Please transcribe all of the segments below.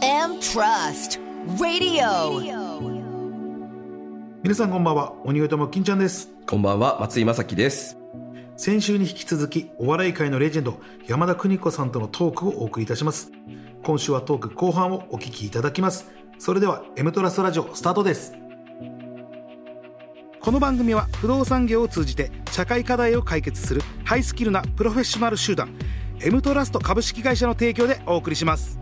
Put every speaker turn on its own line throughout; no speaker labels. FM Trust Radio
皆さんこんばんは鬼越も金ちゃんです
こんばんは、松井正樹です。
先週に引き続きお笑い界のレジェンド山田邦子さんとのトークをお送りいたします今週はトーク後半をお聞きいただきますそれでは M トラストラジオスタートですこの番組は不動産業を通じて社会課題を解決するハイスキルなプロフェッショナル集団 M トラスト株式会社の提供でお送りします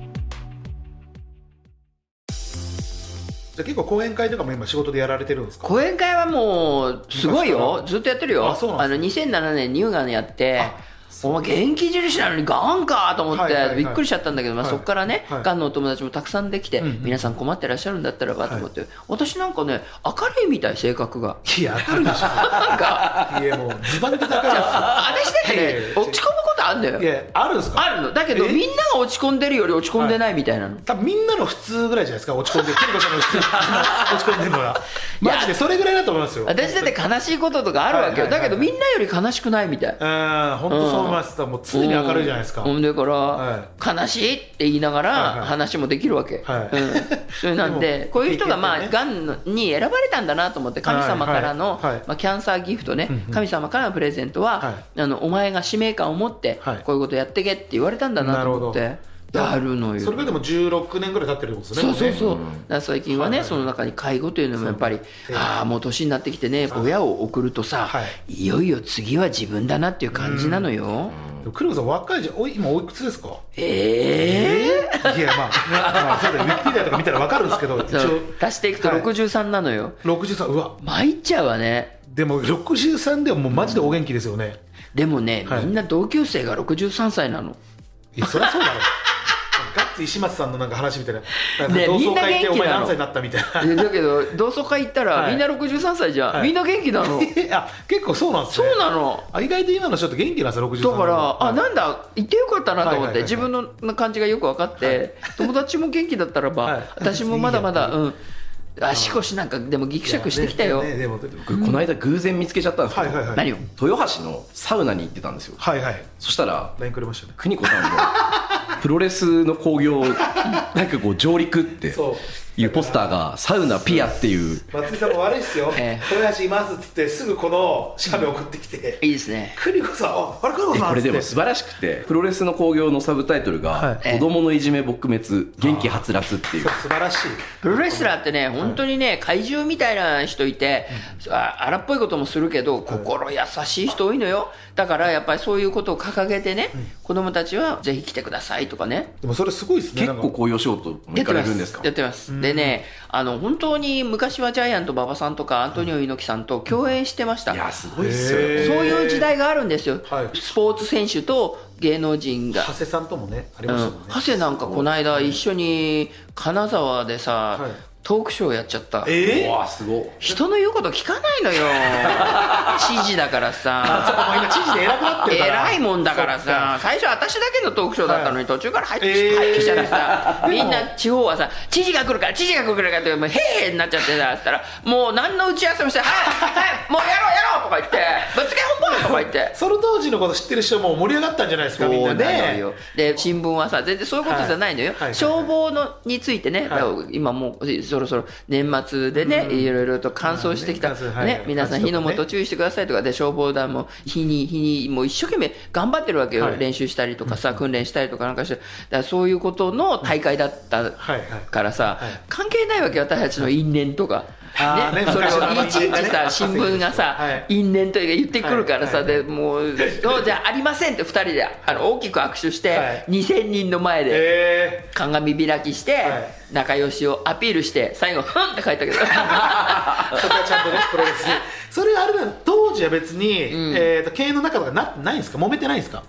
じゃあ結構講演会とかも今仕事でやられてるんですか
講演会はもうすご
昔
い
か
よずっとやってるよ
あそうな
あ
ん
の2007年乳がんやってお前元気印なのにがんかと思っ
はいはいは
て
い
びっくりしちゃったんだけど、まあ、
はい
そこからね、
はい
がんのお友達もたくさんできて、
んうん
皆さん困ってらっしゃるんだったらばと思って、私なんかね明るいみたい性格が
いや当たるでしょ
なんか
いやもうズバ抜けたから
私だって
いやいやい
ね
や
落ち込むことあるんだ
い
よ
やあるんですか
あるのだけど
え
みんなが落ち込んでるより落ち込んでないみたいなの、
多分みんなの普通ぐらいじゃないですか落ち込んでるケリコさんの普通あの落ち込んでるのはマジでそれぐらいだと思いますよ
私だって悲しいこととかあるわけよ、
はいはいはいはい
だけどみんなより悲しくないみたい
うん本当そう思いますもう常に明るいじゃないですか、
うんだから、
は
悲しいって言いなが
はいは
ら
い
話もできるわけ、
はい
うん、それなん
で
で
も
こういう人がま
経
あ
験
がんのに選ばれたんだなと思って神様からの、
はいはいはい
まあ、キャンサーギフトね、神様からのプレゼントは、
は
あのお前が使命感を持って、
はい
こういうことやってけって言われたんだなと思って
な
やるのよ
それがでも16年ぐらい経ってるってことです
そ
ね
うそうそう、
もね
だから最近はね、
はい
その中に介護というのもやっぱり、ああ、もう年になってきてね、親を送るとさ、、
はい
よいよ次は自分だなっていう感じなのよ。
でもクルムさん若いじゃんおい今おいくつですか
ええ
いやまあ、まあ、そうだよウィキペディアとか見たら分かるんですけど一
そう
応
足していくと
はい
63なのよ、
63うわ
参っちゃうわね
でも63でももうマジでお元気ですよね、
でもね、
はい
みんな同級生が63歳 なの
いやそりゃそうだろ ガッツ石松さんのなんか話みたいななんか
ね
同
み
窓
んな
会
元
ってお
気
前
なの
何歳になったみたいな
えだけど同窓会行ったら、
はい
みんな63歳じゃん、
はい
みんな元気なの
あ結構そうなんです
そ
ね
うな の
あ意外と今の人って元気なんですよ63
だからあ
ん
なんだ行ってよかったなと思
は
っ
いはいはいはい
て自分の感じがよく分かって、友達も元気だったらば、
はい
私もまだまだうん足腰なんかでもギクシャクしてきたよ、
ねねでもでも
僕この間偶然見つけちゃったんですけど、
はいはいはい
何を
豊橋のサウナに行ってたんですよ。
はいはい
そしたら、
LINE くれましたね
邦子さんの プロレスの興行、なんかこう上陸って
そう
いうポスターが、サウナピアっていう、
松井さんも悪いっすよ
ええ
豊橋います」っつってすぐこの写メ送ってきて
いいですね
邦子さんああれ邦子
え
さん
これでも
っつ
素
っ
晴らしくて、プロレスの興行のサブタイトル
は
が、
い
子供のいじめ撲滅、元気はつらつっていう
て。素晴らしい
プロレスラーってね、本当にね、怪獣みたいな人いて、あ荒っぽいこともするけど、心優しい人多いのよ。だからやっぱりそういうことを掲げてね、子供たちはぜひ来てくださいとかね。
でもそれすごいっすね
結構興行しようとも行かれるんですか
やってます。でね、あの、本当に昔はジャイアント馬場さんとかアントニオ猪木さんと共演してました。
いや、すごいっすよ。
へー
そういう時代があるんですよ。
はい
スポーツ選手と芸能人が
長谷さんともねあり
う
ました
ん
もんね、
長谷なんかこの間一緒に金沢でさ、
はい
トークショーやっちゃった。
え
うわ、すごい。
人の言うこと聞かないの よ知事だから
そ
さ
うもう今知事で偉くなってるから
偉いもんだからさ最初私だけのトークショーだったのに途中から入ってきて入ってきちゃっ てさみんな地方はさ知事が来るから知事が来るからってもうへーへーになっちゃってさつったらもう何の打ち合わせもして「はいはいもうやろうやろう」とか言って「ぶっつけ本番」とか言って
その当時のこと知ってる人も盛り上がったんじゃないですかみんな
そうなの
ね
よで新聞はさ全然そういうことじゃないのよ、
はいはいはい
消防のについてね、
はい
だから今もうそろそろ年末でね、いろいろと乾燥してきた、
うん年
ね
末はいはい
皆さん
乾燥と
火
か
の
ね
元注意してくださいとかで消防団も日に日にもう一生懸命頑張ってるわけよ、
はい
練習したりとかさ、訓練したりとかなんかしてだからそういうことの大会だった
はいはい
からさ、
はい
関係ないわけよ私たちの因縁とか。
あー
ね
ね
それ
昔の
をいちい
昔
ち
の
さ、
ね
新聞がさ、
はい
因縁というか言ってくるからさ、
はいはい
でもう「どうじゃありません」って2人であの大きく握手して、
はい
2,000人の前で
え
鏡開きして、
い
仲良しをアピールして最後「ふん」って書い たけど
ー、そこはちゃんとねプロレ スそれあれだ当時は別に、えー、と経営の中とかなないんですか揉めてないんですか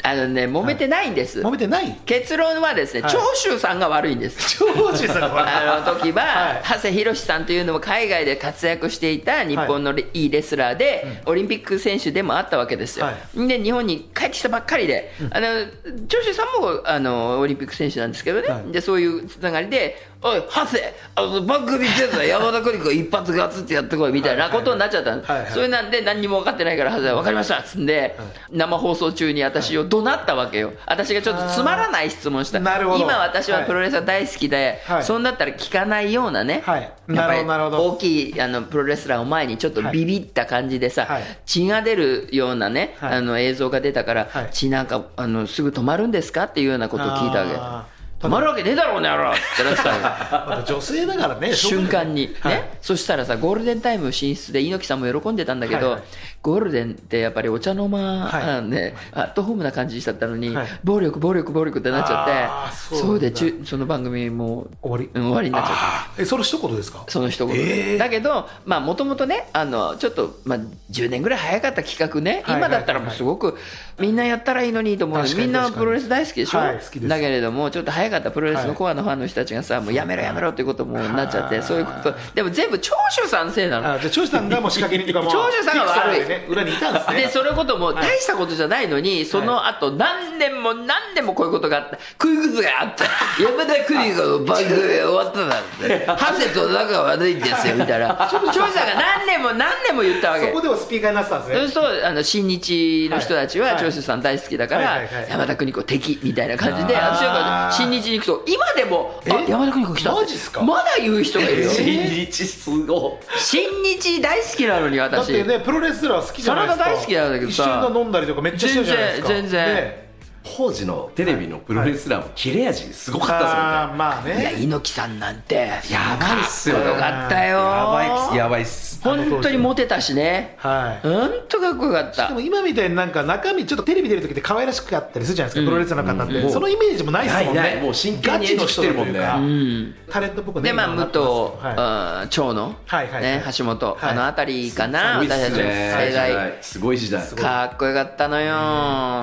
あのね揉めてないんです、
揉めてない
結論はですね、
はい
長州さんが悪いんです
長州さん の
あの時は、
はい
長谷博さんというのも海外で活躍していた日本のレいいレスラーで、オリンピック選手でもあったわけですよ、
は
で日本に帰ってきたばっかりで、あの長州さんもあのオリンピック選手なんですけどね、
はい
でそういうつながりで「おい長谷あの番組出た山田邦子一発ガツってやってこい」みたいなことになっちゃったんです、
はいはいはい
それなんで何にも分かってないから長谷は「分かりました」っつんで、生放送中に私を怒鳴ったわけよ私がちょっとつまらない質問した
あーなるほど
今私はプロレスが大好きで、
はい
そんだったら聞かないようなね、
はい
やっぱり
なるほどなるほど
大きいあのプロレスラーを前にちょっとビビった感じでさ、
はい
血が出るようなね、
はい
あの映像が出たから、
はい
血なんかあのすぐ止まるんですかっていうようなことを聞いたわ
あ
け止まるわけねえだろうねやろってなってたわけ
また女性だからね
瞬間に、ね
はい
そしたらさゴールデンタイム進出で猪木さんも喜んでたんだけど、
はいはい
ゴールデンってやっぱりお茶の間、
はい
あね、アットホームな感じだったのに、
はい
暴力暴力暴力ってなっちゃ
あ
っ
ー
て
そ
そうう
なんだ
でちゅその番組もう
終わり
うん終わりになっちゃった
えそれ一言ですか
その一言で、
えー
だけどまあもともとねあのちょっと、まあ、10年ぐらい早かった企画ね、
はいはいはいはい
今だったらもうすごくみんなやったらいいのにと思う
確かに
みんな
確かに
プロレス大好きでしょ、
はい好きです
だけれどもちょっと早かったプロレスのコアのファンの人たちがさ、もうやめろやめろってこともなっちゃってそういうことでも全部長州さんのせいなの
あじゃあ長州さんがもう仕掛け人というかもう
長州さんが悪い
フィクサーでね裏にいたんですね
でそれことも大したことじゃないのに、その後何年も何年もこういうことがあった食い靴があった山田邦子の番組が終わったなんてハセと仲が悪いんですよみたい な長州さんが何年も何年も言ったわけ
そこでもスピーカーになってたんです
そう
ね
するとあの新日の人たち
はい
は
はい
長州さん大好きだから、
はいはいはい
山田邦子敵みたいな感じで
あー
私なんか新日に行くと今でもあ
え
山田邦子来たって
マジっすか
まだ言う人がいるよ、
新日すご
新日大好きなのに
だっ
私
てねプロレスラー好きじゃないですか
真田大好きなんだけどさ
一緒に飲んだりとかめっちゃしてるじゃないですか
全然全然
ね
当時のテレビのプロレスラーも切れ味すごかったですよね
あーまあ
いや
ね
猪木さんなんて
やばいっすよ
かっこよかったよ
やばいっすやばいっす
本当にモテたしね
はい
本当かっこよかっ
で
た
も今みたいになんか中身ちょっとテレビ出る時って可愛らしくあったりするじゃないですか、プロレスラーの方って、
うん
そのイメージもないですもんね
ないないもう真剣に
ガチの人だというか
演
タレントっぽくね
でまあ
今
武
なって
藤、
ますよは
うん長野、
はいはいはい
ね、橋本、
はい
あの辺りかな
すごいっ
私た
す
ちの
ね
世代、
すごい時代
かっこよかったの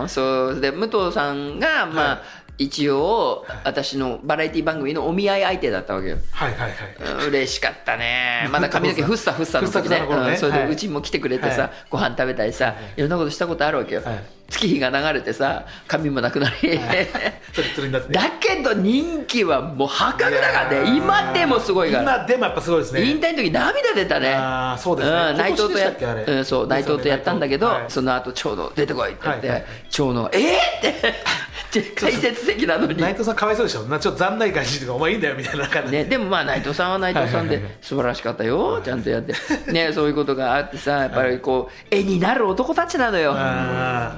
よ、そうで武藤さんが、まあ一応私のバラエティ番組のお見合い相手だったわけよ
い、はいはいはい
うん嬉しかった ねまだ髪の毛ふっさふっさの時ね
ふっさふっさの頃ね
うんそれ
は
で
いう
ちも来てくれてさ、
はい
ご飯食べたりさいろんなことしたことあるわけよ、
はい
月日が流れてさ髪もなくなり、
ツルツルになって
だけど人気はもう破格だから
いや
ね
ー
今でもすごいから
今でもやっぱすごいですね
引退の時涙出たね
あーそうですね
ん内藤とや
今年でしたっけあれ
うんそ
で
う
す
内
よね
藤とやったんだけど、
内藤はい
その後長野出てこいって言って、
はいはい
長野が えー、って 解説席なのに
内藤さんかわいそうでしたもんなちょっと残ない感じとかお前いいんだよみたいな感じで、
ね、でもまあ内藤さんは内藤さ
は
ん
い
で
はいはい
素晴らしかったよちゃんとやって、ね、そういうことがあってさやっぱりこう絵になる男たちなのよ
あ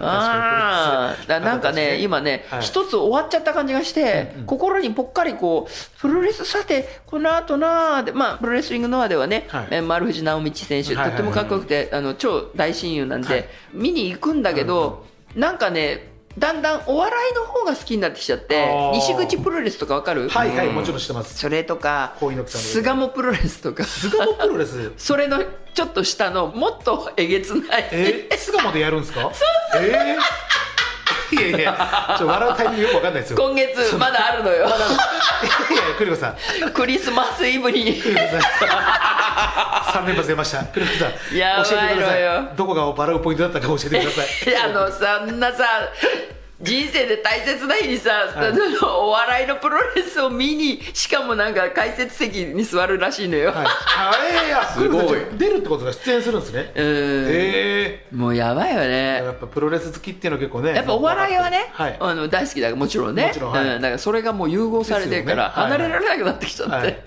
あ
ー確
ー
か
だ
に
なんかね今ね
はい
一、つ終わっちゃった感じがして、心にぽっかりこうプロレスさてこの後なーでまあプロレスリングノアではね、
はい
えー丸藤直道選手、
はいはいはい
とってもかっこよくてあの超大親友なんで、見に行くんだけど、なんかねだんだんお笑いの方が好きになってきちゃって
あー
西口プロレスとかわかる
はいはいもちろん知ってます
それとか
こういうの来たの
巣鴨プロレスとか
巣鴨プロレス
それのちょっと下のもっとえげつない
え巣鴨でやるんですかそうそう えー、いやいやちょっと笑うタイミングよくわかんないですよ
今月まだあるのよ
いやいや栗子さん
クリスマスイブに
栗子さん三連発出ました栗子さん教
やば
え
い
てくだ
の
さ
よ
いどこが笑うポイントだったか教えてください
あのさんなさ人生で大切な日にさ、
い
そのお笑いのプロレスを見にしかもなんか解説席に座るらしいのよ、
はい、あいやいや
すごい
栗子さん出るってことが出演するんですね
うん
え
もうやばいよ
ー、や
ね
っぱプロレス好きっていうのは結構ね
やっぱお笑いはね、
はい
あの大好きだからもちろんね
もちろんはい
うん、だからそれがもう融合されてるから
ですよね
離れられなくなってきちゃって、
はい、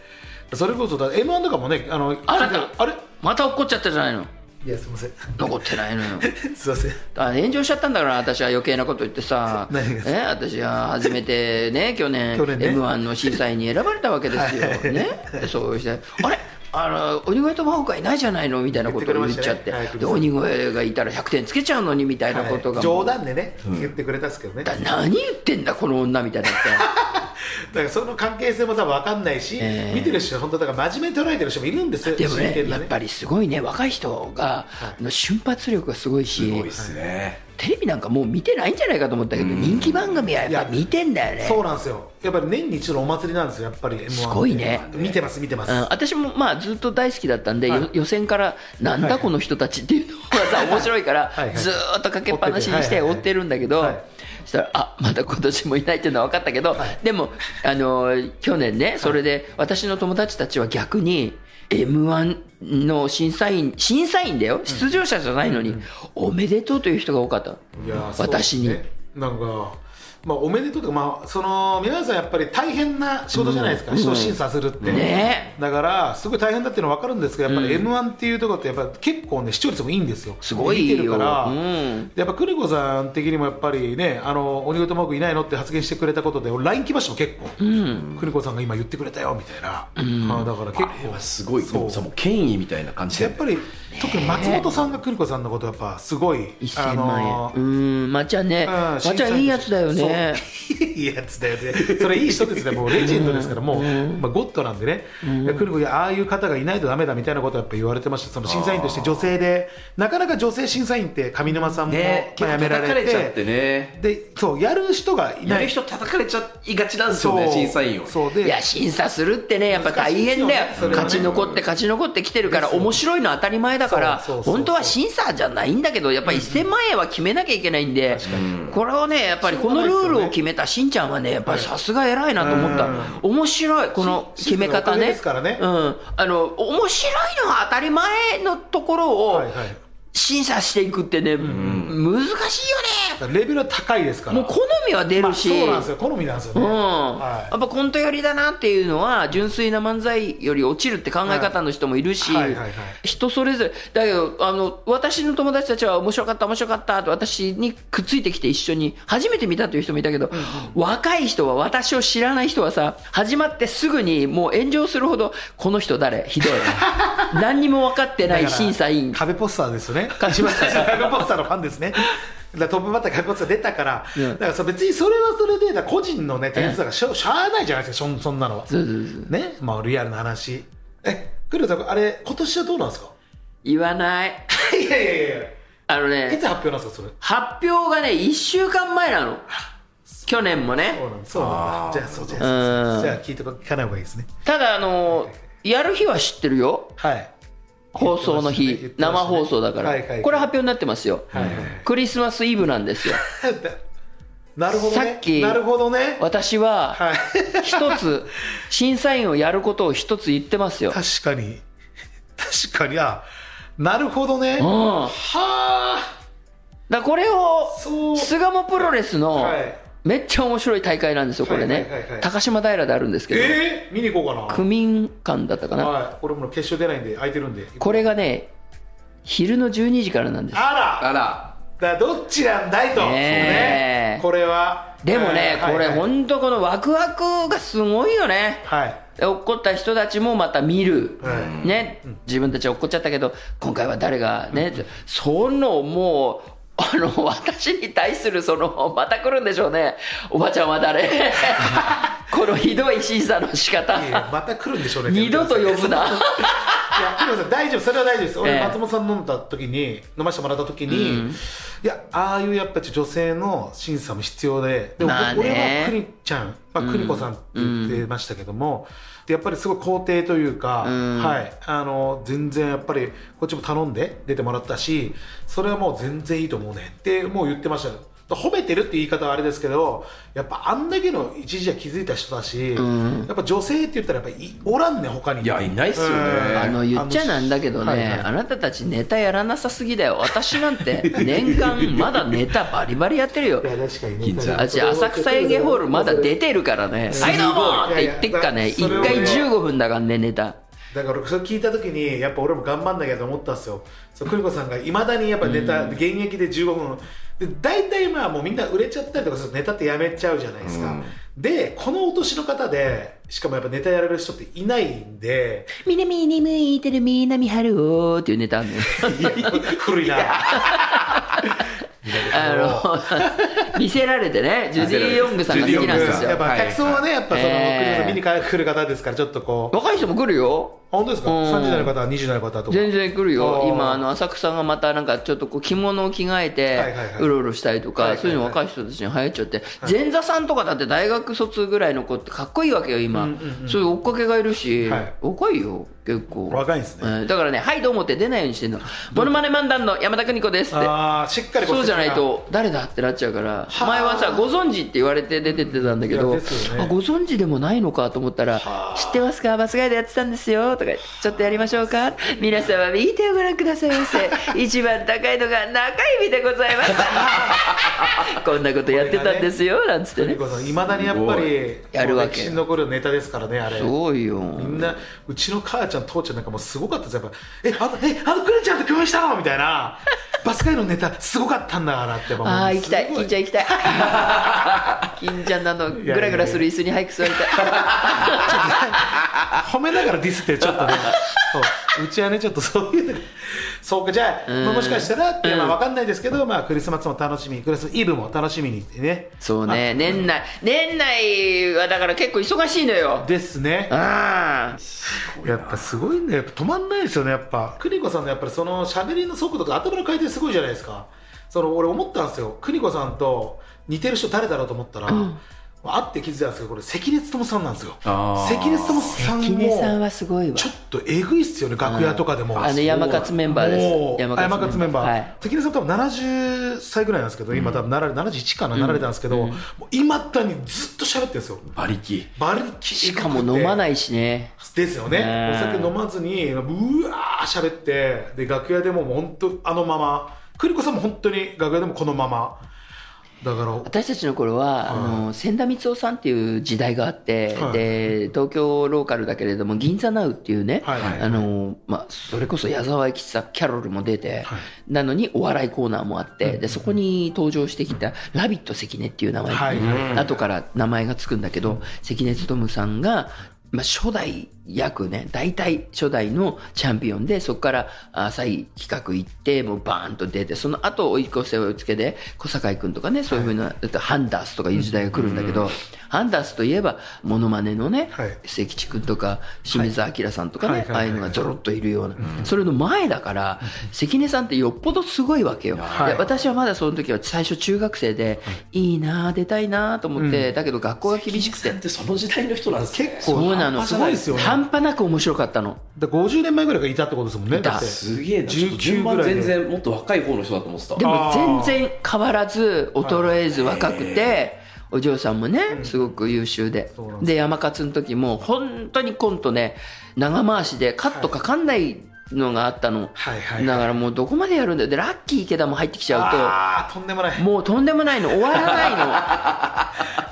それこそだ M1 とかもねあの
あなた
あれ
また怒っちゃったじゃないの
いやすみません
残ってないのよ
すいません
あ炎上しちゃったんだから私は余計なこと言ってさ、
何がです
ね、私は初めて ね去年
去年ね
m 1の審査員に選ばれたわけですよ、ね、でそうしてあれあの鬼越トマホークはいないじゃないのみたいなことを言っちゃっ
言ってくれ
て
ましたね
で
はい
鬼越がいたら100点つけちゃうのにみたいなこと
はい
が、
冗談でね、言ってくれたんですけどねだ
だ何言ってんだこの女みたいになって
からその関係性も多分分かんないし、
えー
見てる人は本当だから真面目に捉えてる人もいるん ですよ
でも
真
ね
剣な
やっぱりすごいね若い人がの瞬発力がすごいし
すごいっすね
テレビなんかもう見てないんじゃないかと思ったけど、人気番組はやっぱ見てんだよね
そうなんですよやっぱり年に一度のお祭りなんですよやっぱり M1
すごいね
見てます見てます、
うん、私もまあずっと大好きだったんで、よ予選からなんだこの人たちっていうのがさ面白いから
はいはい
ずーっとかけっぱなしにして
追
追
っ
っててるんだけ
は
ど
いはい
そしたらあまだ今年もいないっていうのは分かったけど、でも、あのー去年ねそれで私の友達たちは逆に m 1の審査員審査員だよ出場者じゃないのに、おめでとうという人が多かった、
いやーそうです
私に
ね。うなんか、まあ、おめでとうとか、まあ、その皆さんやっぱり大変な仕事じゃないですか、人を審査するって、
ね
だからすごい大変だっていうのは分かるんですけどやっぱり m 1っていうところってやっぱ結構ね視聴率もいいんですよ
すごい
見
よ
てるから、
うん
やっぱ邦子さん的にもやっぱりねあの鬼越トマホークいないのって発言してくれたことで俺 LINE 来ましたもん結構、邦子さんが今言ってくれたよみたいな、あだから結
あれ
構
はすごい
そう
でもさもう権威みたいな感じで
やっぱり特に松本さんが邦子さんのことやっぱすごい
1000万円、
のー
うんまっちゃんねまっ
うん
ちゃんいいやつだよね
そう いいやつだよねそれいい人ですねもうレジェンドですからもう、まあ、ゴッドなんでね、でクルコああいう方がいないとダメだみたいなことはやっぱ言われてましたその審査員として女性でなかなか女性審査員って上沼さんも、
ね
まあ、
結
や
構
めら
叩か
れ
れ
て
ちゃってね
でそうやる人がい
や
な
る
い
人叩かれちゃいがちなんですよね
そう
審査員を
そうで
いや審査するってねやっぱ大変だよ
難しいですよねそれはね
勝ち残って勝ち残ってきてるから面白いの当たり前だから
そうそうそうそう
本当は審査じゃないんだけどやっぱり1000万円は決めなきゃいけないんでこれをねやっぱりこのルールを決めたしんちゃんはねやっぱりさすが偉いなと思った面白いこの決め方
審査の
ね
おかげですからね
うんあの面白いのは当たり前のところを
はいはい
審査していくってね難しいよね
レベルは高いですから
もう好みは出
ま
る
あ、
し
そうなんですよ好みなんですよね、
うん
は
やっぱコント寄りだなっていうのは純粋な漫才より落ちるって考え方の人もいるし、
はいはいはいはい
人それぞれだけどあの私の友達たちは面白かった面白かったと私にくっついてきて一緒に初めて見たという人もいたけど、若い人は私を知らない人はさ始まってすぐにもう炎上するほどこの人誰ひ どい何にも分かってない審査員
壁ポスターですよね 壁ポスターのファンですねだからトップバッターが壁ポスター出たから、だからさ別にそれはそれでだから個人のね点数だからしょしゃあないじゃないですかそんそんなのは
そうそうそう
ねまあリアルな話えクルーさんあれ今年はどうなんですか
言わない
いやいやいやい
あの
やい
ね
つ発表なんですかそれ
発表がね1週間前なの去年もね
そうなんだそうなんだじゃあそうじゃあ
う
そ
ん
うじゃあ聞いてこ聞かない方がいいですね
ただあのやる日は知ってるよ
はい
放送
言
の
ってました
日
ね
生放送だから
はいはいはい
これ発表になってますよ
はいはい
クリスマスイブなんですよ
なるほどね
さっき
なるほどね
私は
はい
一つ審査員をやることを一つ言ってますよ
確かに確かにあなるほどね
うん
はあ
だからこれ
そ
を
う
巣鴨プロレスの
はい
めっちゃ面白い大会なんですよこれ
はいはいはいは
ね
い
高島平であるんですけど
えー、見に行こうか
区民館だったか
な
な
はい俺も決勝出ないんで空いてるんで
これがね昼の12時からなんです
あら
あら
だからどっちなんだいと、
ねえ
ねこれは
でもね
はい
これ
はいはい
本当このワクワクがすごいよね
はい
落っこった人たちもまた見る、
は
ね、自分たち落っこっちゃったけど今回は誰がね、そのもうあの私に対するそのまた来るんでしょうねおばちゃんは誰 このひどい審査の仕方
いいよまた来るんでしょうね
二度と呼ぶ ない
や、黒田さん、大丈夫、それは大丈夫です。俺、
ええ
松本さん飲んだ時に、飲ませてもらった時に、いや、ああいうやっぱり女性の審査も必要で、でも、
まあね
俺はクリちゃん、まあ、クリコさんって言ってましたけども、でやっぱりすごい肯定というか、はい、あの、全然やっぱり、こっちも頼んで出てもらったし、それはもう全然いいと思うねって、もう言ってましたよ。褒めてるって言い方はあれですけど、やっぱあんだけの一時は気づいた人だし、やっぱ女性って言ったらやっぱいおらんね、他に。
いやいないっすよね
うん
あの言っちゃなんだけどね、
はいはい
あなたたちネタやらなさすぎだよ私なんて年間まだネタバリバリやってる
い
よ
や確かにね
銀座
あっち浅草演芸ホールまだ出てるからね「はいどうも!」って言ってっかね
いやいや
1
だ
回
それ
15分だからねネタ
だから俺それ聞いた時にやっぱ俺も頑張んなきゃと思ったんですよそうクリコさんがいまだにやっぱネタ、現役で15分で大体まあもうみんな売れちゃったりとかするとネタってやめちゃうじゃないですか、でこのお年の方でしかもやっぱネタやられる人っていないん で
「南に向いてる南春を」っていうネタあるのよ
古いな
あの 見せられてねジュディ・ヨングさんが好きなんです
やっ
よ
ぱ
はい
客層はねやっぱその、
え
ク
ー
リコさん見に来る方ですからちょっとこう
若い人も来るよ
本当ですか
うん
30代の方20代の方とか
全然来るよ
あー
今あの浅草がまたなんかちょっとこう着物を着替えて
はいはいはいう
ろうろしたりと
はい
か
はいはい
そういうの若い人たちに流行っちゃって前座さんとかだって大学卒ぐらいの子ってかっこいいわけよ今そういう追っかけがいるし
はい
若いよ結構
若いんですね
えーだからね「はいどうも」って出ないようにしてんの「モノマネ漫談の山田邦子です」って
ああしっかりこ
そうじゃないと誰だってなっちゃうから前はさご存知って言われて出てってたんだけ
い
ど、
やですよね
あご存知でもないのかと思ったら知ってますかバスガイドやってたんですよとか言ってちょっとやりましょう か皆様右手をご覧くださいませ一番高いのが中指でござ いますこんなことやってたんですよなんつって
ク
ね
リコさんいまだにやっぱり
やる
も
わけ
う歴史に残るネタですからねあれ
すごいよ
みんなうちの母ちゃん父ちゃんなんかもうすごかったですやっぱ「えあのえあのクレちゃんと共演したの?」みたいな バス会のネタすごかったんだからってやっぱもう
ああ行きたい
すご
金ちゃん行 きたい金ちゃんなのグラグラする椅子に早く座りたい
褒めながらディスってるちょっとねそううちはねちょっとそういうのが そうかじゃあ、まあもしかしたらって、まあ、わかんないですけど、まあ、クリスマスも楽しみクリスマスイブも楽しみにってね
そうね年内年内はだから結構忙しいのよ
ですね
ああ
やっぱすごいねやっぱ止まんないですよねやっぱ邦子さんのやっぱりその喋りの速度と頭の回転すごいじゃないですかその俺思ったんですよ邦子さんと似てる人誰だろうと思ったら、会って気づいたんですけどこれ関根勤さんなんですよ
あー
関根勤さんも
関根さんはすごいわ
ちょっとえぐいっすよね楽屋とかでも、
うんあの山勝メンバーです
もう
山
山
勝
勝
メンバー
メンバー、
はい
関根さん多分70歳ぐらいなんですけど今多分なられ71かな、なられたんですけど、もう今だにずっと喋ってるんですよ
馬力
バリキ
しかも飲まないしね
ですよね、
ね
お酒飲まずに、うわー喋って、で楽屋でももう本当、あのまま、栗子さんも本当に楽屋でもこのまま、だから、
私たちの頃は、あの千田光雄さんっていう時代があって、
はい
で東京ローカルだけれども銀座ナウっていうね、
はいはい
あのまあ、それこそ矢沢永吉さんキャロルも出て、なのにお笑いコーナーもあって、でそこに登場してきた「ラビット関根」っていう名前、
はいはい
後から名前がつくんだけど、関根勤さんが、まあ、初代約ね大体初代のチャンピオンでそこからあ再企画行ってもうバーンと出てその後追い越せ追いつけで小堺君とかねそういうふうな、あとハンダースとかいう時代が来るんだけど、ハンダースといえばモノマネのね、
はい
関地君とか清水明さんとか
は
ね、
いはいはいはい
ああいうのがゾロッといるような、それの前だから関根さんってよっぽどすごいわけよ、
はい
で私はまだその時は最初中学生で、い、いなあ出たいなあと思って、だけど学校が厳しくて
でその時代の人なんですね
結構、
そうな
半
の
端じゃないですよね、
半端なく面白かったの
だから50年前ぐらいからいたってことですもんね、
いた
だって
すげえなちょっと順
19ぐ
番
らい
全
で。
然もっと若い方の人だと思ってた
でも
あ
全
ー
然変わらず衰えず若くてお嬢さんもねすごく優秀で
そうなんです
で山勝の時も本当にコントね長回しでカットかかんないのがあったの
はいはいはい
だからもうどこまでやるんだよでラッキー池田も入ってきちゃう
あーとんでもない
ともうとんでもないの終わらないの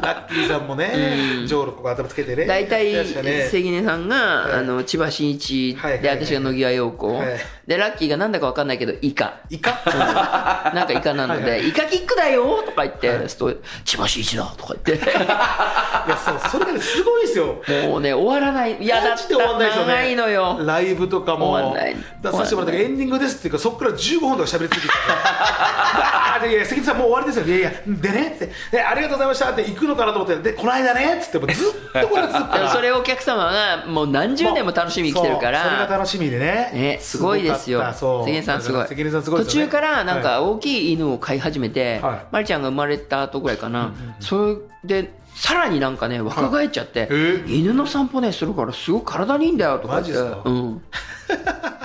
ラッキーさんもね、ジョーロここ頭つけてね、
大体
確かね
関根さんが、あの千葉真一
はいはい
で
はい
私が野際陽子、
はい
でラッキーがなんだか分かんないけど イカ
イカ、
なんかイカなので「
はいは
イカキックだよ」とか言って、そう千葉真一だ」とか言って
いやそうそれがねすごいですよ。
もうね終わら ない嫌だ
マ
っ
ジ
た
で終わんないですよね
長いのよ
ライブとか
終わ
も
んない
出させてもらったけどエンディングですっていうかそこから15分とか喋り続けて たあーでいや関根さんもう終わりですよいやいやでねってでありがとうございましたって行くのかなと思ってでこの間ねっつってもうずっとこれずっ
でも
と
それをお客様がもう何十年も楽しみに来てるか
そうそれが
ら
楽しみでね
ね、すごいですよ
ごかったそう
関根さんすごい
関根さんすごい
途
ですよ
中
ね
からなん
は
か大きい犬を飼い始めて、
はい
まりちゃんが生まれた後ぐらいかな、それでさらになんかね若返っちゃって、
えー
犬の散歩ねするからすごく体にいいんだよとか言って
マジっすか
うん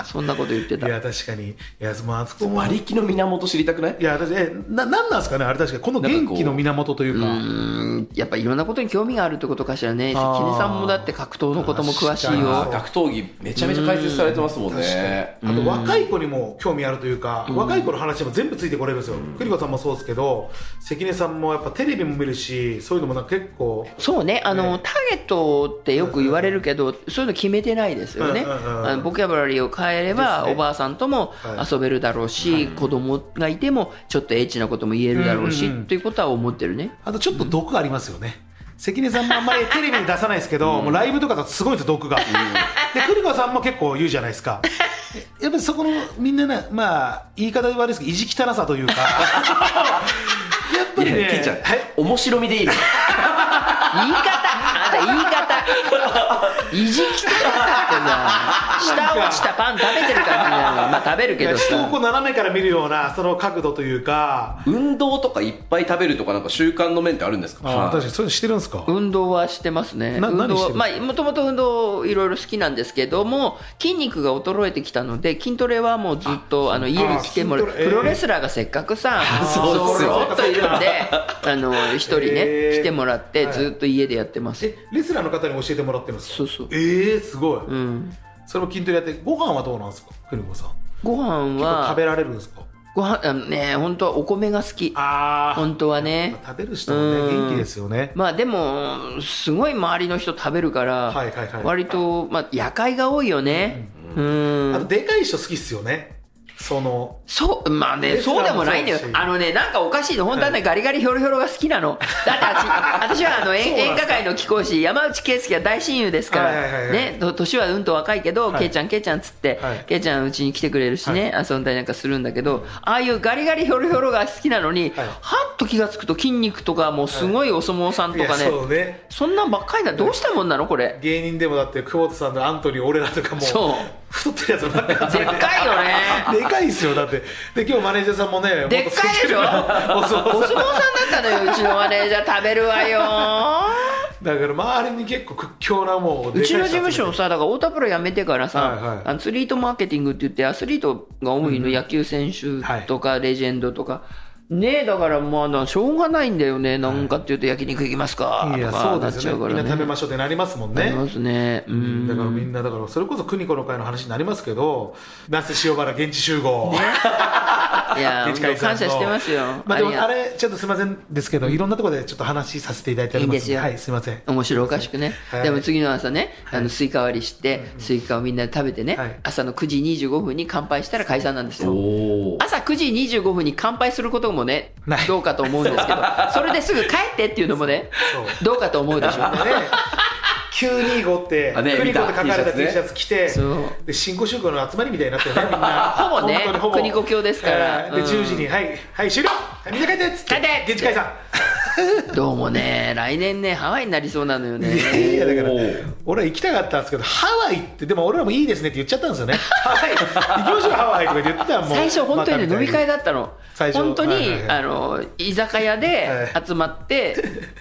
そんなこと言って
い、
た
いや確かにいやもうあそこも
馬力の源知りたくない
いや私えななんなんですかねあれ確かにこの元気の源というか
うんやっぱいろんなことに興味があるってことかしらね
あー
関根さんもだって格闘のことも詳しい
確
よ
か
格闘技めちゃめちゃ解説されてますもんね
あと若い子にも興味あるというか、若い子の話も全部ついてこれるんですよ、栗子さんもそうですけど関根さんもやっぱテレビも見るしそういうのもなんか結構
そうねあの、
ね
ターゲットってよく言われるけど、そういうの決めてないですよね、
うんうんうんうん
あのボキャブラリーを変えれば、
ですね
おばあさんとも
はい
遊べるだろうし、子供がいてもちょっとエッチなことも言えるだろうし、
うんうんうん
ということは思ってるね
あとちょっと毒ありますよね、関根さんもあんまりテレビに出さないですけど、もうライブとかだとすごいんですよ毒が、で栗子さんも結構言うじゃないですかやっぱりそこのみんなねまあ言い方で悪いですけど意地汚さというかやっぱり
いや
ね
ケンちゃん
はい
面白み でいいの
言い方あんた言い方意地汚さってさ下落ちたパン食べてるからまあ食べるけど
人を
さ
こう斜めから見るようなその角度というか、
運動とかいっぱい食べるとかなんか習慣の面ってあるんですか
あー確かにそういうのしてるんですか、
運動はしてますね。
な
運
何して
動
るん
ま
で
あ、もともと運動いろいろ好きなんですけども、筋肉が衰えてきたので、筋トレはもうずっと、あの、家に来てもらう、
あ筋トレえ
プ
ー
ロレスラーがせっか くさ、
そうですよ
ずっといるんで、あの、一人ね、
えー
来てもらって、
はい
ずっと家でやってます。
えレスラーの方に教えてもらってるんですか
そうそう。
ええすごい、
うん。
それも筋トレやってご飯はどうなんですか邦子さん
ご飯
結構食
は
べられるんですか
ご飯あのね本当はお米が好き
あ
本当はね
食べる人もね
うん
元気ですよね
まあでもすごい周りの人食べるから、
はいはいはい
割と、まあ、夜会が多いよねうん
あとでかい人好きっすよねその
そう、まあね、
レスラー
そうでもないんだよ
もそう。だし
あのね、なんかおかしいの。本当はね、ガリガリヒョロヒョロが好きなの。だって 私、私はあの、演演歌界の貴公子、山内圭介は大親友ですか
はいはいはい
ら、
はい
ね、と年はうんと若いけど、
はい
ケイちゃん、ケイちゃんっつって
はい、
ケイちゃんうちに来てくれるしね、遊んだりなんかするんだけど、ああいうガリガリヒョロヒョロが好きなのに、
はい
はっと気がつくと筋肉とか、もうすごいお相撲さんとか
い
ね
や、そうね
そんなんばっかりだ。どうしたもんなのこれ。
芸人でもだって久保田さんとアントニー俺らとかも
そう
太ってるやつばっか集
で
め
ってかいよ ね。
でかいっすよだってで今日マネージャーさんもね
でっかいでし
元ス
ょ
ケジュールが
お
お
相撲
相撲
さん
さん
だったのよ、うちのマネージャー食べるわ よ。
だから周りに結構屈強なもう
う
でかい
ち
人
の
集
事務所
めて
さ、だから太田プロ辞めてからさ、
はいはい
アスリートマーケティングって言って、アスリートが多いの、野球選手とか、レジェンドとか。ねえ、だからまあ、しょうがないんだよね。なんかっていうと、焼肉行きますか
い
と
や
か
そう
な
で
っ
す
ちゃ
よ
うか
ね
ら
みんな食べ
ね。
ましょうってなりますもん
あ
ね
りますね。うん。
だからみんなだからそれこそ邦子の会の話になりますけど那須塩原現地集合、
い や、
現
本
地
当
解散
感謝してますよ。
まあ、でも
り
あ
が
れちょっとすいませんですけどいろんなところでちょっと話させていただいております
いいですよ
はいすいません
面白おかしくね、
はい
でも次の朝ね、あのスイカ割りして、スイカをみんなで食べてね、
はい
朝の9時25分に乾杯したら解散なんですよ
おー
朝9時25分に乾杯することもね
ない
どうかと思うんですけ どそれですぐ帰ってっていうのもね
そう
どうかと思うでしょ
ね925って、
あね
クリコで書かれた
見た
T シャツ着て、
そう
で新興宗教の集まりみたいになってるね、みんな。
ほぼね
本当に
国子教ですから
えーで、
うん
10時に、はい、はい、終了はいみんな帰ってっつって
帰って
現地解散
どうもね来年ねハワイになりそうなのよ
いやい
ね
やだから
おー
俺は行きたかったんですけどハワイってでも俺らもいいですねって言っちゃったんですよねハワイ行きましょうハワイとか言ってたらもう
最初本当にね飲み会
だ
だったの
最初
本当に、
はいはいはい
あの居酒屋で集まって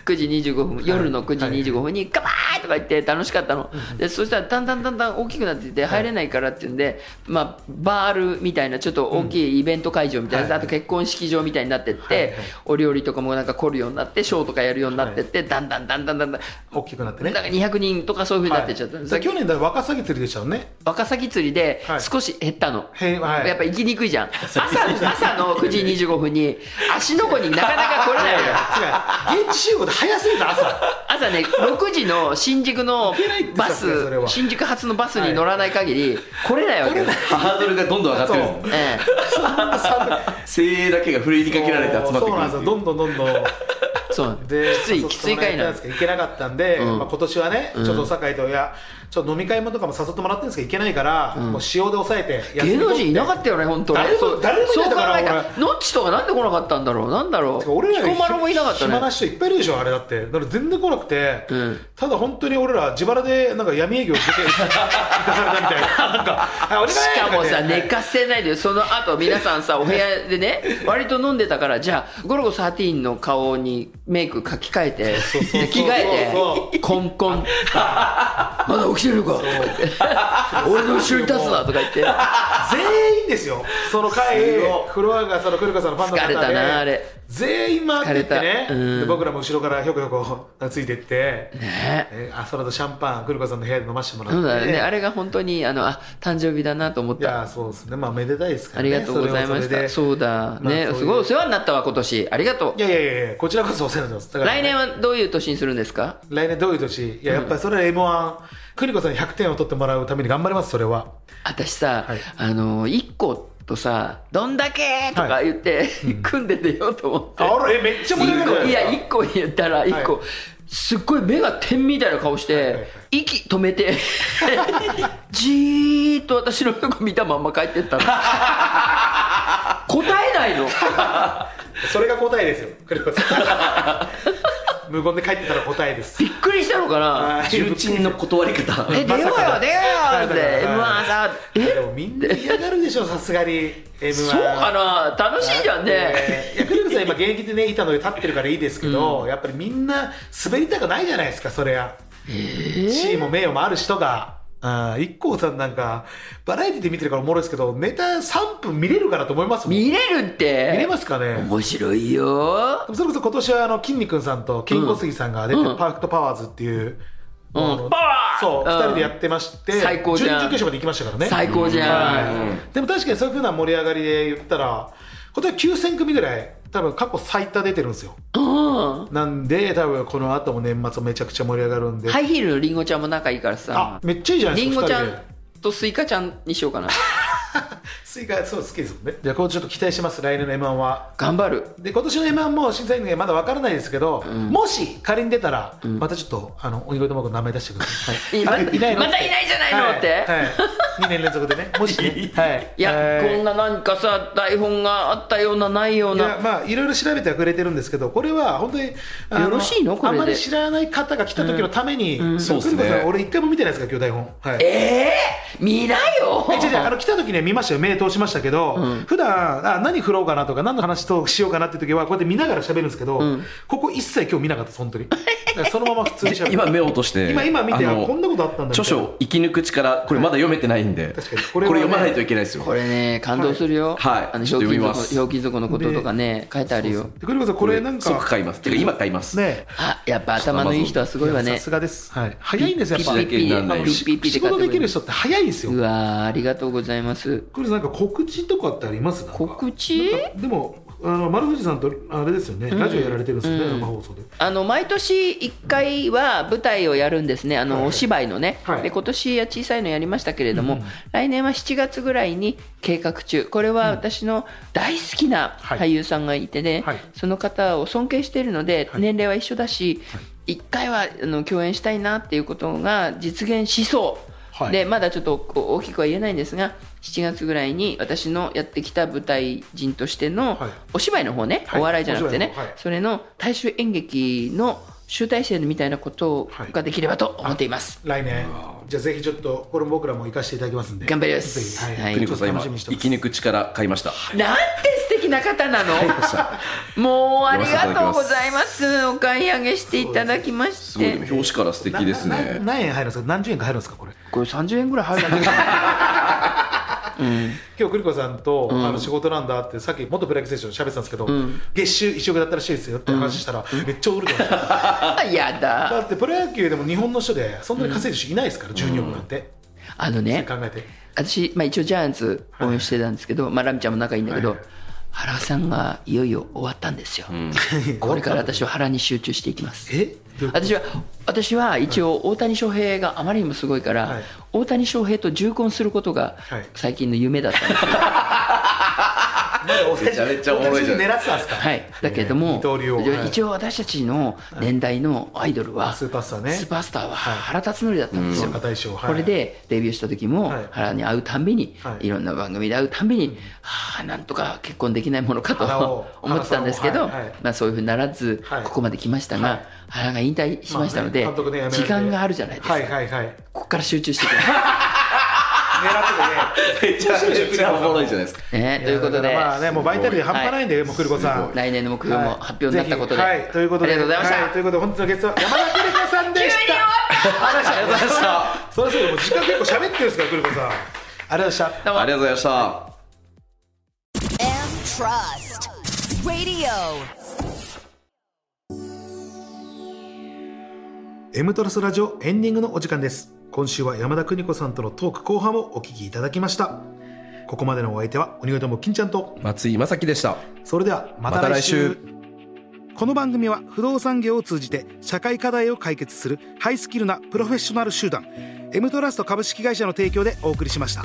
9時25分夜の9時25分に「ガバーイ!」とか言って楽しかったのでそしたらだんだんだんだん大きくなっていって入れないからっていうんで、まあ、バールみたいなちょっと大きいイベント会場みたいな、
はいはい
あと結婚式場みたいになってって、
はいはい
お料理とかもなんか凝るようになってショーとかやるようになってって、だんだんだんだんだんだん
大きくなってね
なんか200人とかそういうふうになってっちゃったん
は
で
い
す、
だから去年だからワカサギ釣りでしたよね
ワカサギ釣りで
はい
少し減ったの、
へいはい
やっぱ行きにくいじゃん朝朝の9時25分に足の湖になかなか来れないのよ
違う現地集合で早すぎた朝
朝ね6時の新宿の
けないって
バ
さすがにそれ
ス
は
新宿発のバスに乗らない限り来れないわけよ、
ハードルがどんどん上がってるんですね
え
精鋭だけがふるいにかけられて集まってくるってい
そうなんですよどんどんどんどん
えそう
で
きつい
誘って
きつい会
もら
な
えたん
の
ですけど行けなかったんで、
ん
まあ、今年はねちょっとお酒といやちょっと飲み会もとかも誘ってもらってるんですけど行けないから、もう塩で抑えて休み取
芸
っ
能
て
人いなかったよね本当ね
誰も
そう
誰もい
そ
な
う
か
考
ったから
えたらノッチとかなんで来なかったんだろうなんだろう
俺ら
彦摩呂もいなかった
暇な
ね
人いっぱいいるでしょあれだってだから全然来なくて、
ん
ただ本当に俺ら自腹でなんか闇営業出て行かされたみたい ななんかあお願い
しかもさ
と言っ
寝
て
かせないでその後皆さんさお部屋 でね割と飲んでたからじゃあ「ゴルゴ13」の顔にメイク書き換えて
そうそうそう
で着替えてコン コン「まだ起きてるのか」俺の後ろに 立つな」とか言って
全員ですよその会
すごい
フロアがそのクルカさんのファンの方で
疲れたなあれ
全員回ってってね
疲れ、たうん
で僕らも後ろからひょこひょこついてって、
ね
えーあその後シャンパンクルカさんの部屋で飲ませてもらって、
そうだよねあれが本当にあのあ誕生日だなと思っ
い
た
やそうですねまあめでたいですか
あ
らね
りがとうございまし
それ
た
は
そうだ
まあ
ね
そういう
すごいお世話になったわ今年ありがとう
いやいやいやいやこちらこそお世話になってますだから
来年はどういう年にするんですか
来年どういう年いややっぱりそれは m 1邦子さんに100点を取ってもらうために頑張りますそれは
私さ、
はい
あの一個とさ「どんだけ!」とか言って、組んで出ようと思って、
あれえめっちゃ盛り上がるじゃない
い
です
や
か
一個言ったら一個、
はい
すっごい目が点みたいな顔して、
はいはい
息止め てじーっと私の横見たまんま帰って ったの答えないの
それが答えですよ邦子さん 無言で帰ってたら答えです
びっくりしたのかな
はい
重鎮の断 り方
え出ようよ
まさかの
出ようよって
はい
m 1さ
で
え
もみんな嫌がるでしょさすがに m 1
そうかな楽しいじゃんね
いや邦子さん今現役でね板の上立ってるからいいですけど、やっぱりみんな滑りたくないじゃないですかそりゃ、地位も名誉もある人があー一 k さんなんかバラエティで見てるからおもろいですけどネタ3分見れるかなと思いますもん
見れるって
見れますかね
面白いよ
それこそ今年はあの筋肉さんと健康杉さんが出てる
うん
パーフェクトパワーズっていうあ
う
の
んパワー
そう、
うん
2人でやってまして
最高じゃん
準々決勝まで行きましたからね
最高じゃん、
はい、でも確かにそういうふうな盛り上がりで言ったら今年は9000組ぐらい多分過去最多出てるんですよ
うん
なんで多分この後も年末めちゃくちゃ盛り上がるんで、
ハイヒールのリンゴちゃんも仲いいから
あ
さ
めっちゃいいじゃないで
リン
すか
ゴちゃ
二人
ん
で
とスイカちゃんにしようかな
スイカそう好きですもんねじゃあ今度ちょっと期待してます来年の m 1は
頑張る
で今年の m 1も審査員がまだ分からないですけど、もし仮に出たら、またちょっとあの鬼越トマホークの名前出してください、
いま
あ
またいないじゃないのって
はい2年連続でね もしね、はい、
いや、
はい
こんななんかさ台本があったようなないよう
いや
な
まあいろいろ調べてはくれてるんですけどこれは本当にあ
よろしいのこれで
あんまり知らない方が来た時のために、そう
そうっすね
俺一回も見てないですから今日台本、はい、
ええ見なよ
え違う違うあの来た時には見ましたよ目通しましたけど、普段あ何振ろうかなとか何の話としようかなって時はこうやって見ながら喋るんですけど、ここ一切今日見なかったです本当にだからそのまま普通に喋る
今目を落として
今今見て
あの
あこんなことあったんだみたいな
著書「生き抜く力」これまだ読めてないんで
確かにこ
こ
れ
れ
はね
読まないといけないですよ
これね感動するよ、
はい
あのひ
ちょ
ょ
っ
う
と
き
読み
ん族
ま
の
す
ひょうきん族のこととかね書いてあるよ
で栗子さんこれなん
即
か
買いますてか今買います
ね
あやっぱ頭のいい人はすごいわ
さ
ね
すがです、はい、早いんですよやっぱ
ピッピッピッ
あの
ピ
ッピッピッ
仕事できる人って早いんですよ
うわーありがとうございます
クリスなんか告知とかってありますなんか
告知
でもあの丸藤さんとあれですよね、ラジオやられてるんですよね、生放送で
あの毎年1回は舞台をやるんですね、あ
はいは
の
い
お芝居のね、
はい
で今年は小さいのやりましたけれども、来年は7月ぐらいに計画中、これは私の大好きな
はい
俳優さんがいてね、
はい
その方を尊敬しているので、
い
年齢は一緒だし、1回はあの共演したいなっていうことが実現しそう。
はい
でまだちょっとこう大きくは言えないんですが7月ぐらいに私のやってきた舞台人としての
はい
お芝居の方ね、
はい
お笑いじゃなくて
お芝居の
ね、
方はい
それの大衆演劇の集大成みたいなことができればと思っています。
来年じゃあぜひちょっとこれも僕らも行かせていただきますんで
頑張ります
ぜひは
はいい
国
ちょ
子
っと
さん今
楽しみ
生
にしてます
き抜く力買いました
なんて素敵な方なのもうありがとうございますお買い上げしていただきまし
すごいでも
て
表紙から素敵です
な な
ね
何円入るんですか何十円か入るんですかこれ
これ30円ぐらい入るんだけど
今日栗子さんと、あの仕事なんだってさっき元プロ野球選手と喋ってたんですけど、月収1億だったらしいですよって話したら、めっちゃおると思ってだ
あ やだ
ってプロ野球でも日本の人でそんなに稼いでる人いないですから、12億なんて、
あのね
考えて
私、まあ、一応ジャイアンツ応援してたんですけど、まあ、ラミちゃんも仲いいんだけど、
はい
原さんがいよいよ終わったんですよ、 これから私は原に集中していきます
えどういうこと
私は私は一応大谷翔平があまりにもすごいから、
はい
大谷翔平と重婚することが
はい
最近の夢だったんですよ、
めちゃめちゃおもろいじゃん
同狙ってたんですか
はい、だけれども、
二刀流をはい
一応私たちの年代のアイドルは、
スーパースターね
スーパースターは
はい
原辰徳だったんですよ、
うん若大将はい
これでデビューした時も、
はい
原に会うたんびに、
はい
い、ろんな番組で会うたんびに、はあなんとか結婚できないものか
原を
と思ってたんですけど、
原さんをはいはい
まあ、そういうふうにならず、
はい
ここまで来ましたが、
はい
原が引退しましたので、
あね監督ねやめられて
時間があるじゃないですか、
はいはいはい狙って
ここから集中していきま
てね
めちゃめちゃおもろ いじゃないですか
す、 ね、 ということで、
やだからまあねもうバイタリティ半端ないんで、もうクルコさん
来年の目標も発表になったことで、
はい、ぜひはいということで
ありがとうございました、
はということで本日のゲストは山田クルコさんでした
急に終わ
ありがとうございましたそれそれもう時間結構喋ってるんですからクルコさんありがとうございました
ありがとうございました。
M Trust Radio.
M トラスラジオエンディングのお時間です今週は山田邦子さんとのトーク後半をお聞きいただきましたここまでのお相手は鬼越とも金ちゃんと
松井正樹でした。
それではまた
また
来
来
週,、
週
この番組は不動産業を通じて社会課題を解決するハイスキルなプロフェッショナル集団 M トラスト株式会社の提供でお送りしました。